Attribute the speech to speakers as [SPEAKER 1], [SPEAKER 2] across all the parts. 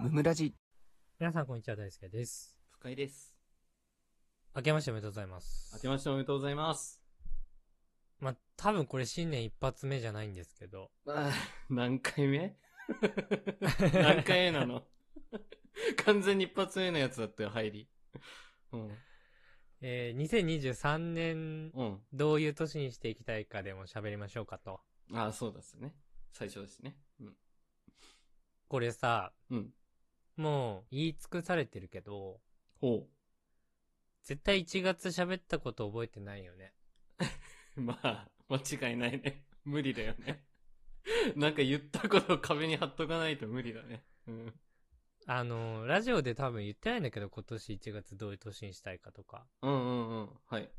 [SPEAKER 1] ムラジ
[SPEAKER 2] 皆さんこんにちは、大輔です。
[SPEAKER 3] 深井です。
[SPEAKER 2] 明けましておめでとうございます。
[SPEAKER 3] 明けましておめでとうございます。
[SPEAKER 2] まあ、多分これ新年一発目じゃないんですけど。
[SPEAKER 3] あ何回目何回目なの完全に一発目のやつだったよ、入り。うん。
[SPEAKER 2] えー、2023年、
[SPEAKER 3] うん。
[SPEAKER 2] どういう年にしていきたいかでも喋りましょうかと。
[SPEAKER 3] ああ、そうですね。最初ですね。うん。
[SPEAKER 2] これさ、
[SPEAKER 3] うん。
[SPEAKER 2] もう言い尽くされてるけど、
[SPEAKER 3] ほ
[SPEAKER 2] 絶対1月喋ったこと覚えてないよね。
[SPEAKER 3] う。 まあ、間違いないね。無理だよね。なんか言ったことを壁に貼っとかないと無理だね。うん。
[SPEAKER 2] あのー、ラジオで多分言ってないんだけど、今年1月どういう年にしたいかとか。
[SPEAKER 3] うんうんうん。はい。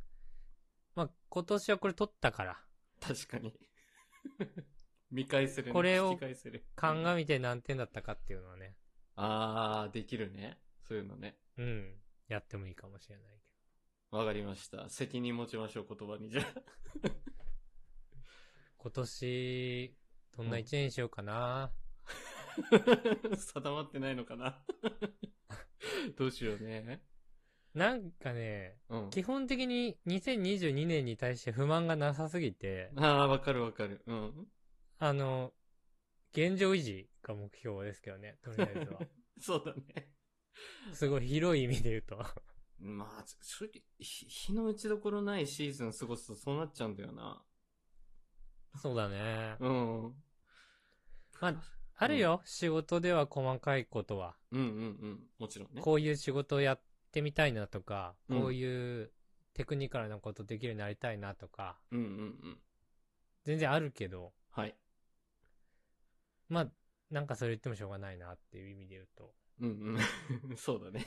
[SPEAKER 2] まあ、今年はこれ撮ったから、
[SPEAKER 3] 確かに。 見返せる、ね。
[SPEAKER 2] これを
[SPEAKER 3] 聞き返せる。
[SPEAKER 2] 鑑みて何点だったかっていうのはね、
[SPEAKER 3] ああ、できるね。そういうのね。
[SPEAKER 2] うん、やってもいいかもしれないけど。
[SPEAKER 3] わかりました。責任持ちましょう、言葉に。じゃあ。
[SPEAKER 2] 今年、どんな一年にしようかな、
[SPEAKER 3] 定まってないのかな どうしようね。
[SPEAKER 2] なんかね、
[SPEAKER 3] うん。
[SPEAKER 2] 基本的に2022年に対して不満がなさすぎて、
[SPEAKER 3] ああ、わかるわかる。うん。
[SPEAKER 2] あの、現状維持が目標ですけどね、とりあえず は。
[SPEAKER 3] そうだね。
[SPEAKER 2] すごい広い意味で言うと。
[SPEAKER 3] まあ、正直、ひ日の打ちどころないシーズン過ごすとそうなっちゃうんだよな。
[SPEAKER 2] そうだね。
[SPEAKER 3] うん。
[SPEAKER 2] まあ、あるよ、仕事では細かいことは。
[SPEAKER 3] うんうんうん。もちろんね。
[SPEAKER 2] こういう仕事をやってみたいなとか、
[SPEAKER 3] うん
[SPEAKER 2] こういうテクニカルなことできるようになりたいなとか、
[SPEAKER 3] うんうんうん。
[SPEAKER 2] 全然あるけど、
[SPEAKER 3] はい。
[SPEAKER 2] まあ、なんかそれ言ってもしょうがないなっていう意味で言うと。
[SPEAKER 3] うんうん。 そうだね。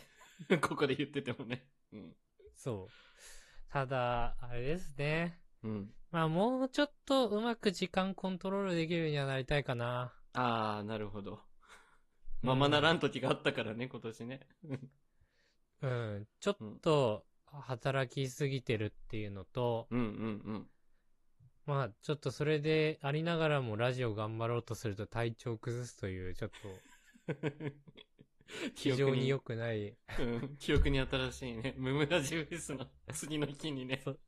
[SPEAKER 3] ここで言っててもね。うん。
[SPEAKER 2] そう。ただ、あれですね。
[SPEAKER 3] うん。
[SPEAKER 2] まあもうちょっとうまく時間コントロールできるようにはなりたいかな。
[SPEAKER 3] ああ、なるほど。ままならん時があったからね、今年ね。
[SPEAKER 2] うん。ちょっと働きすぎてるっていうのと、
[SPEAKER 3] うんうん
[SPEAKER 2] まあちょっとそれでありながらもラジオ頑張ろうとすると体調崩すという、ちょっと
[SPEAKER 3] うん。
[SPEAKER 2] 非
[SPEAKER 3] 記憶
[SPEAKER 2] 常に良くない。
[SPEAKER 3] うん、記憶に新しいね。ムムラジフェスの次の日にね、
[SPEAKER 2] そう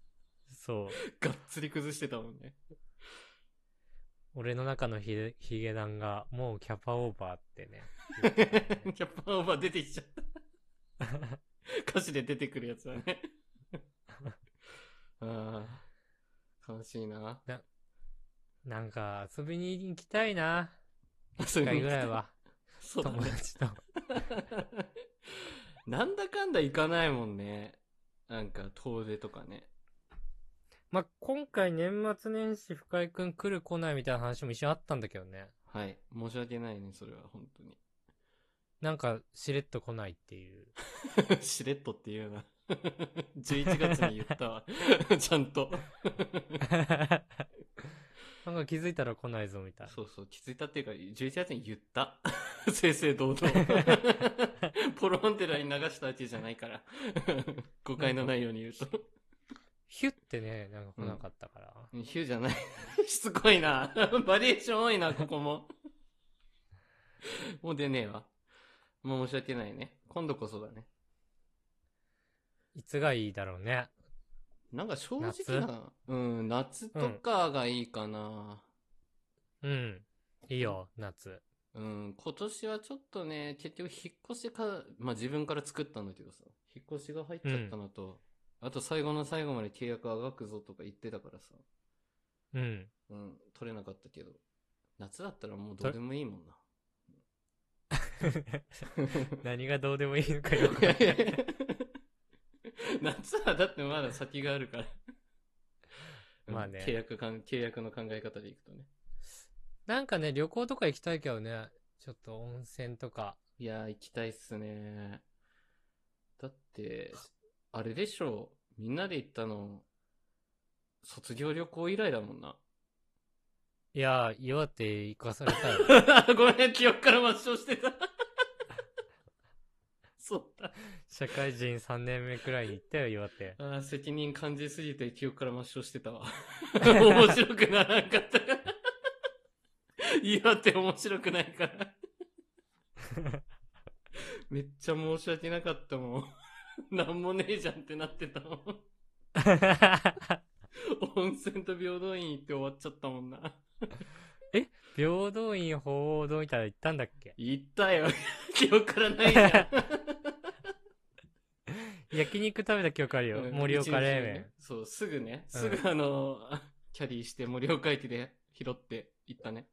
[SPEAKER 2] そう。
[SPEAKER 3] がっつり崩してたもんね。
[SPEAKER 2] 俺の中のヒゲヒゲダンがもうキャパオーバーってね。
[SPEAKER 3] キャッパーオーバー出てきち ゃった。歌詞で出てくるやつだね。ああ、悲しいな。
[SPEAKER 2] なんか遊びに行きたいな。
[SPEAKER 3] そ
[SPEAKER 2] 一回ぐらいは。
[SPEAKER 3] そうだ
[SPEAKER 2] 友
[SPEAKER 3] ね。
[SPEAKER 2] 達と。
[SPEAKER 3] なんだかんだ行かないもんね。なんか遠出とかね。
[SPEAKER 2] まあ、今回年末年始深井くん来る来ないみたいな話も一緒にあったんだけどね。
[SPEAKER 3] はい。申し訳ないね、それは、本当に。
[SPEAKER 2] なんか、しれっと来ないって いう。
[SPEAKER 3] しれっとって言うな。11月に言ったわ。 ちゃんと。
[SPEAKER 2] なんか気づいたら来ないぞみたいな。
[SPEAKER 3] そうそう、気づいたっていうか、11月に言った。 正々堂々。 ポロンテラに流したわけじゃないから。 誤解のないように言うと。
[SPEAKER 2] ヒュってね、なんか来なかったから。
[SPEAKER 3] ヒューじゃない。 しつこいな。 バリエーション多いな、ここも。 もう出ねえわ。もう申し訳ないね。今度こそだね。
[SPEAKER 2] いつがいいだろうね。
[SPEAKER 3] なんか正直な、うん、夏とかがいいかな。
[SPEAKER 2] うん。いいよ、夏。
[SPEAKER 3] うん、今年はちょっとね、結局引っ越しか、まあ自分から作ったんだけどさ、引っ越しが入っちゃったのと、あと最後の最後まで契約あがくぞとか言ってたからさ、
[SPEAKER 2] うん。
[SPEAKER 3] うん、取れなかったけど、夏だったらもうどうでもいいも んな。
[SPEAKER 2] 何がどうでもいいのかよくわかんない
[SPEAKER 3] 夏はだってまだ先があるから。うん
[SPEAKER 2] まあね
[SPEAKER 3] 契約かん、契約の考え方でいくとね。
[SPEAKER 2] なんかね、旅行とか行きたいけどね。ちょっと温泉とか。
[SPEAKER 3] いやー、行きたいっすね。だって、あれでしょう。みんなで行ったの、卒業旅行以来だもんな。
[SPEAKER 2] いやー、岩手行かされた よ。
[SPEAKER 3] ごめん、記憶から抹消してた。 そうだ。
[SPEAKER 2] 社会人3年目くらいに行ったよ、岩 手。
[SPEAKER 3] あー責任感じすぎて記憶から抹消してたわ。 面白くならんかった から。岩手面白くないから。めっちゃ申し訳なかったもん。 なんもねえじゃんってなってたもん。温泉と平等院行って終わっちゃったもんな。
[SPEAKER 2] 平等院、鳳凰堂みたいなの行ったんだっけ
[SPEAKER 3] 行ったよ。 記憶からないじゃん。
[SPEAKER 2] 焼肉食べた記憶あるよ。
[SPEAKER 3] うん
[SPEAKER 2] 盛岡冷麺。。
[SPEAKER 3] 一日一日ねそう、すぐね、
[SPEAKER 2] うん
[SPEAKER 3] すぐあの、 キャリーして盛岡駅で拾って行ったね。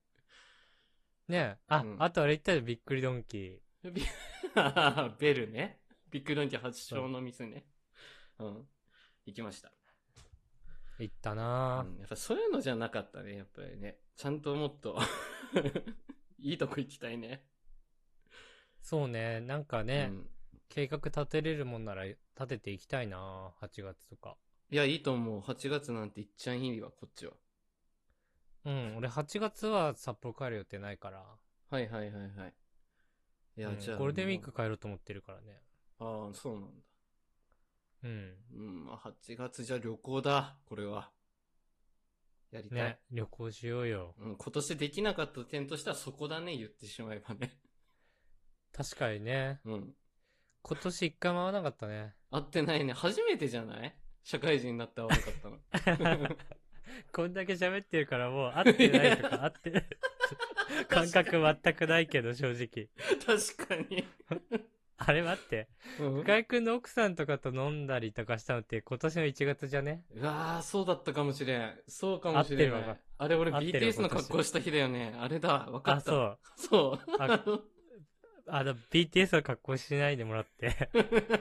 [SPEAKER 2] ねえ。あ、
[SPEAKER 3] うん
[SPEAKER 2] あとあれ行ったよ、びっくりドンキー。
[SPEAKER 3] ビベルね。ビッグドンキ発祥の店ね。うん。行きました。
[SPEAKER 2] 行ったな
[SPEAKER 3] うん、やっぱそういうのじゃなかったね、やっぱりね。ちゃんともっと、 いいとこ行きたいね。
[SPEAKER 2] そうね、なんかね、
[SPEAKER 3] うん
[SPEAKER 2] 計画立てれるもんなら立てていきたいな8月とか。
[SPEAKER 3] いや、いいと思う。8月なんていっちゃいいわ、こっちは。
[SPEAKER 2] うん、俺8月は札幌帰る予定ないから。
[SPEAKER 3] はいはいはいはい。いや、
[SPEAKER 2] うん
[SPEAKER 3] じゃあ。
[SPEAKER 2] ゴールデンウィー
[SPEAKER 3] も
[SPEAKER 2] ク帰ろうと思ってるからね。
[SPEAKER 3] う。ああ、そうなんだ。
[SPEAKER 2] うん。
[SPEAKER 3] うん、まあ8月じゃ旅行だ、これは。やりたい。
[SPEAKER 2] ね、旅行しようよ。
[SPEAKER 3] うん、今年できなかった点としてはそこだね、言ってしまえばね。
[SPEAKER 2] 確かにね、
[SPEAKER 3] うん。
[SPEAKER 2] 今年一回回らなかったね。
[SPEAKER 3] 会ってないね。初めてじゃない社会人になって会わな かったの。
[SPEAKER 2] こんだけ喋ってるからもう会ってないとか会って る感覚全くないけど正直。
[SPEAKER 3] 確かに。
[SPEAKER 2] あれ待って。
[SPEAKER 3] うん
[SPEAKER 2] 深井くんの奥さんとかと飲んだりとかしたのって今年の1月じゃね
[SPEAKER 3] うわー、そうだったかもしれん。そうかもしれ
[SPEAKER 2] 合
[SPEAKER 3] な
[SPEAKER 2] ってるわ
[SPEAKER 3] い。あれ俺
[SPEAKER 2] 合ってるわ
[SPEAKER 3] BTS の格好した日だよね。あれだ、わか
[SPEAKER 2] あ、
[SPEAKER 3] った。。
[SPEAKER 2] そうう。
[SPEAKER 3] そう。
[SPEAKER 2] あ あの、BTS の格好しないでもらって。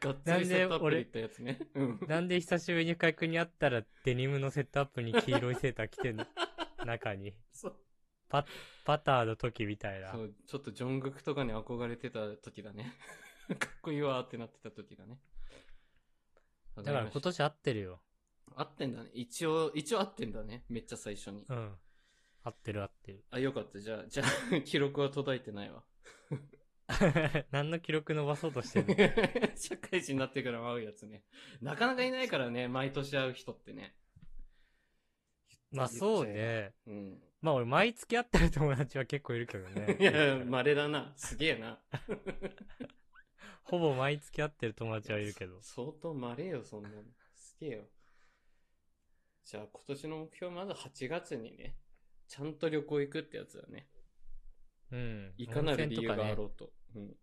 [SPEAKER 3] がっつりセットアップで行ったやつね。うん。
[SPEAKER 2] なんで久しぶりに深井くんに会ったらデニムのセットアップに黄色いセーター着てん の中に。
[SPEAKER 3] そう
[SPEAKER 2] パ、パターの時みたいな
[SPEAKER 3] そ。う、ちょっとジョングクとかに憧れてた時だね。 かっこいいわーってなってた時だね。わ
[SPEAKER 2] だ
[SPEAKER 3] り
[SPEAKER 2] から
[SPEAKER 3] ました
[SPEAKER 2] 今年合ってるよ。
[SPEAKER 3] 合ってんだね。一応、一応合ってんだね。めっちゃ最初に。
[SPEAKER 2] うん。合ってる合ってる。
[SPEAKER 3] あ、よかった。じゃあ、じゃあ、 記録は途絶えてないわ。
[SPEAKER 2] 何の記録伸ばそうとしてんの
[SPEAKER 3] 社会人になってからも会うやつね。なかなかいないからね、毎年会う人ってね。
[SPEAKER 2] まあそうね。
[SPEAKER 3] うん。。
[SPEAKER 2] まあ俺毎月会ってる友達は結構いるけどね
[SPEAKER 3] いや、稀だな。すげえな。
[SPEAKER 2] ほぼ毎月会ってる友達はいるけど。
[SPEAKER 3] 相当稀よ、そんなの。すげえよ。じゃあ、今年の目標、まず8月にね、ちゃんと旅行行くってやつだね。
[SPEAKER 2] うん。
[SPEAKER 3] いかなる理由があろ
[SPEAKER 2] う。
[SPEAKER 3] うと。うん。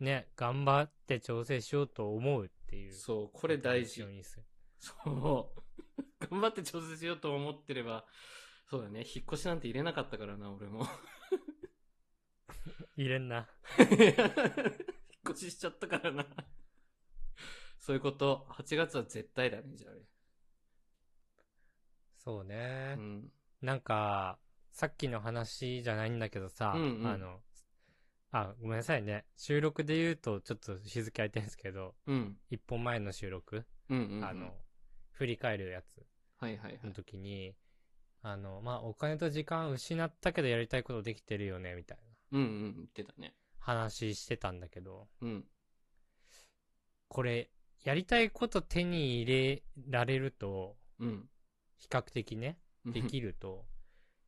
[SPEAKER 2] ね、頑張って調整しようと思うっていう。
[SPEAKER 3] そう、これ大事
[SPEAKER 2] よう。にする
[SPEAKER 3] そう。 頑張って調整しようと思ってれば、そうだね。引っ越しなんて入れなかったからな、俺も。
[SPEAKER 2] 入れんな。
[SPEAKER 3] 引っ越ししちゃったからな。そういうこと。8月は絶対だね、じゃあね。
[SPEAKER 2] そうね。
[SPEAKER 3] うん。
[SPEAKER 2] なんか、さっきの話じゃないんだけどさ、
[SPEAKER 3] うんうん
[SPEAKER 2] あの、あ、ごめんなさいね。収録で言うと、ちょっと日付空いてるんですけど、
[SPEAKER 3] うん。
[SPEAKER 2] 一本前の収録、
[SPEAKER 3] うんうん、うん。
[SPEAKER 2] あの、、振り返るやつ
[SPEAKER 3] はいはいは
[SPEAKER 2] の
[SPEAKER 3] い。
[SPEAKER 2] 時に、あの、まあ、お金と時間失ったけどやりたいことできてるよね、みたいな
[SPEAKER 3] うんうん、言ってたね。
[SPEAKER 2] 話してたんだけど、
[SPEAKER 3] うん。
[SPEAKER 2] これ、やりたいこと手に入れられると、
[SPEAKER 3] うん。
[SPEAKER 2] 比較的ね、でき
[SPEAKER 3] る。
[SPEAKER 2] ると、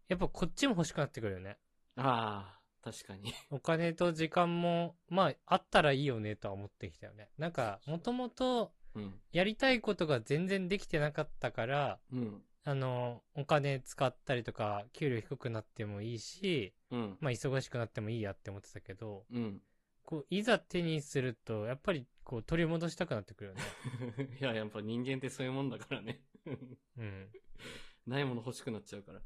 [SPEAKER 2] やっぱこっちも欲しくなってくるよね。
[SPEAKER 3] ああ、確かに。
[SPEAKER 2] お金と時間も、まあ、あったらいいよねとは思ってきたよね。なんか、もともと、
[SPEAKER 3] うん。
[SPEAKER 2] やりたいことが全然できてなかったから、
[SPEAKER 3] うん。
[SPEAKER 2] あの、お金使ったりとか、給料低くなってもいいし、
[SPEAKER 3] うん。
[SPEAKER 2] まあ、忙しくなってもいいやって思ってたけど、
[SPEAKER 3] うん。
[SPEAKER 2] こう、いざ手にすると、やっぱり、こう、取り戻したくなってくるよ ね。
[SPEAKER 3] いや、やっぱ人間ってそういうもんだからね。
[SPEAKER 2] うん。
[SPEAKER 3] ないもの欲しくなっちゃうから。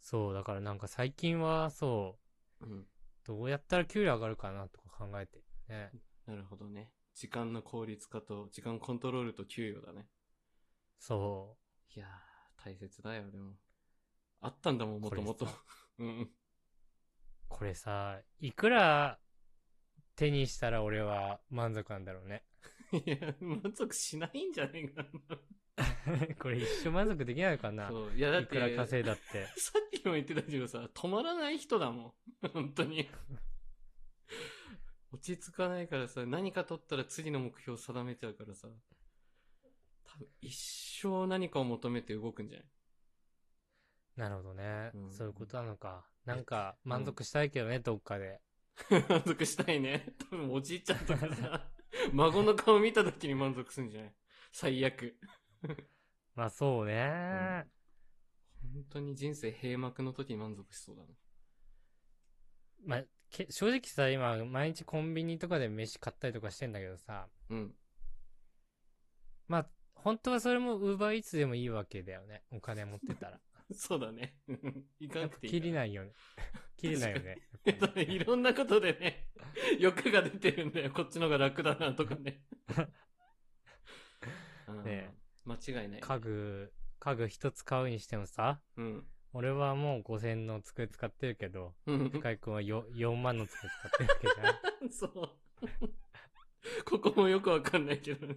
[SPEAKER 2] そう、だからなんか最近は、そう、
[SPEAKER 3] うん。
[SPEAKER 2] どうやったら給料上がるかなとか考えてるね。
[SPEAKER 3] なるほどね。時間の効率化と、時間コントロールと給与だね。
[SPEAKER 2] そう。
[SPEAKER 3] いやー、大切だよ、でも。あったんだもん、もともと
[SPEAKER 2] これ。
[SPEAKER 3] うん。
[SPEAKER 2] これさ、いくら手にしたら俺は満足なんだろうね。
[SPEAKER 3] いや、満足しないんじゃねえか
[SPEAKER 2] これ一生満足できないのか
[SPEAKER 3] な。
[SPEAKER 2] な
[SPEAKER 3] そう。いや、だっ
[SPEAKER 2] い
[SPEAKER 3] て、
[SPEAKER 2] くら稼いだって。
[SPEAKER 3] さっきも言ってたけどさ、止まらない人だもん。 本当に。落ち着かないからさ、何か取ったら次の目標を定めちゃうからさ。多分、一生何かを求めて動くんじゃない
[SPEAKER 2] なるほどね、
[SPEAKER 3] うん
[SPEAKER 2] そういうことなのか。なんか満足したいけどね、どっかで。
[SPEAKER 3] 満足したい ね。多分おじいちゃんとかさ、孫の顔見た時に満足すんじゃない最悪。
[SPEAKER 2] まあそうね、
[SPEAKER 3] 本当に人生閉幕の時に満足しそうだな。
[SPEAKER 2] まあけ正直さ、今、毎日コンビニとかで飯買ったりとかしてんだけどさ、
[SPEAKER 3] うん。
[SPEAKER 2] まあ、本当はそれも Uber Eats でもいいわけだよね。お金持ってた ら。
[SPEAKER 3] そうだね。うん行か
[SPEAKER 2] や
[SPEAKER 3] な
[SPEAKER 2] っぱ
[SPEAKER 3] くていい。
[SPEAKER 2] 切りないよね。切りないよ ね。
[SPEAKER 3] いやだねいろんなことでね、 欲が出てるんだよ。こっちのが楽だなとか ね。うん
[SPEAKER 2] ね
[SPEAKER 3] 間違いない。
[SPEAKER 2] 家具、家具一つ買うにしてもさ、
[SPEAKER 3] うん。
[SPEAKER 2] 俺はもう5000の机使ってるけど、
[SPEAKER 3] うん。
[SPEAKER 2] 深井君はよ4万の机使ってるわけじゃん。
[SPEAKER 3] そう。 ここもよくわかんないけどね。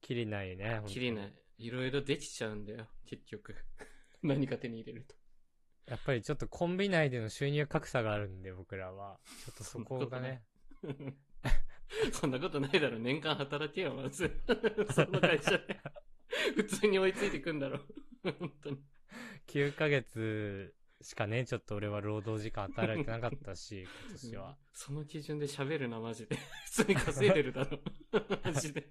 [SPEAKER 2] 切りないね。。
[SPEAKER 3] 切りないい。いろいろできちゃうんだよ。結局。 何か手に入れると。
[SPEAKER 2] やっぱりちょっとコンビ内での収入格差があるんで、僕らは。ちょっとそこがね。
[SPEAKER 3] そんなことないだろ。年間働けよ、まず。 その会社で。普通に追いついてくんだろ。 本当に。
[SPEAKER 2] 9ヶ月しかね、ちょっと俺は労働時間働いてなかったし、今年は。
[SPEAKER 3] その基準で喋るな、マジで。普通に稼いでるだろ。マジで。